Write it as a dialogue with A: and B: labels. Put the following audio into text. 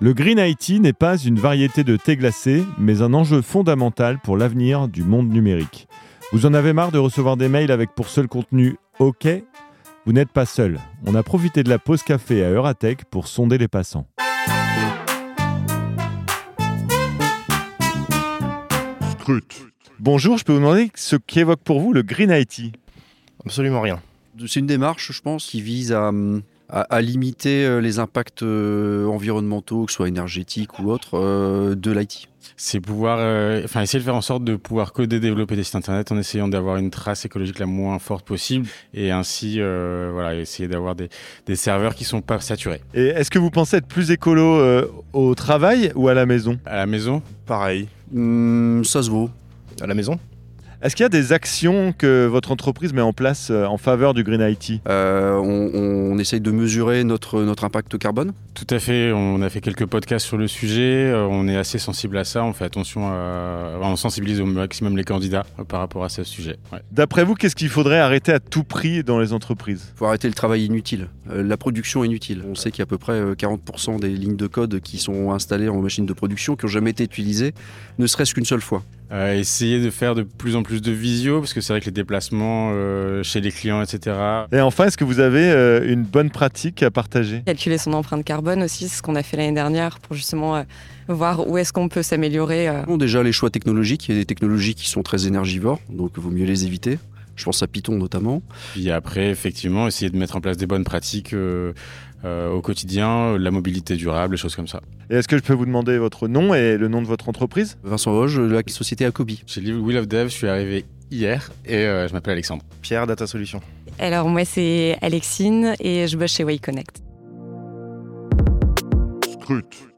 A: Le Green IT n'est pas une variété de thé glacé, mais un enjeu fondamental pour l'avenir du monde numérique. Vous en avez marre de recevoir des mails avec pour seul contenu OK Vous n'êtes pas seul. On a profité de la pause café à Euratech pour sonder les passants.
B: Scrut.
A: Bonjour, je peux vous demander ce qu'évoque pour vous le Green IT
B: Absolument rien.
C: C'est une démarche, je pense, qui vise à, à, à limiter euh, les impacts euh, environnementaux, que ce soit énergétiques ou autres, euh, de l'IT.
D: C'est pouvoir, euh, enfin, essayer de faire en sorte de pouvoir coder, développer des sites internet en essayant d'avoir une trace écologique la moins forte possible et ainsi, euh, voilà, essayer d'avoir des, des serveurs qui sont pas saturés.
A: Et est-ce que vous pensez être plus écolo euh, au travail ou à la maison
D: À la maison,
B: Pareil.
C: Hum, ça se vaut.
B: À la maison
A: Est-ce qu'il y a des actions que votre entreprise met en place euh, en faveur du Green IT
C: Euh, on, on essaye de mesurer notre, notre impact carbone.
D: tout à fait. On a fait quelques podcasts sur le sujet. euh, On est assez sensible à ça. On fait attention à, on sensibilise au maximum les candidats euh, par rapport à ce sujet. Ouais.
A: D'après vous, qu'est-ce qu'il faudrait arrêter à tout prix dans les entreprises
C: Il faut arrêter le travail inutile, euh, la production inutile. On sait qu'il y a à peu près euh, 40% des lignes de code qui sont installées en machine de production qui n'ont jamais été utilisées, ne serait-ce qu'une seule fois.
D: Euh, essayer de faire de plus en plus de visio parce que c'est vrai que les déplacements euh, chez les clients, etc.
A: Et enfin, est-ce que vous avez euh, une bonne pratique à partager
E: Calculer son empreinte carbone aussi, c'est ce qu'on a fait l'année dernière pour justement euh, voir où est-ce qu'on peut s'améliorer. euh.
C: Bon, déjà, les choix technologiques, il y a des technologies qui sont très énergivores, donc il vaut mieux les éviter. Je pense à Python notamment.
D: Puis après, effectivement, essayer de mettre en place des bonnes pratiques euh, euh, au quotidien, la mobilité durable, des choses comme ça.
A: Et est-ce que je peux vous demander votre nom et le nom de votre entreprise
C: Vincent Roche, la société Acobi.
D: Chez Will of Dev, je suis arrivé hier et euh, je m'appelle Alexandre.
B: Pierre, Data Solution.
E: Alors moi c'est Alexine et je bosse chez Way Connect.
B: Scrut.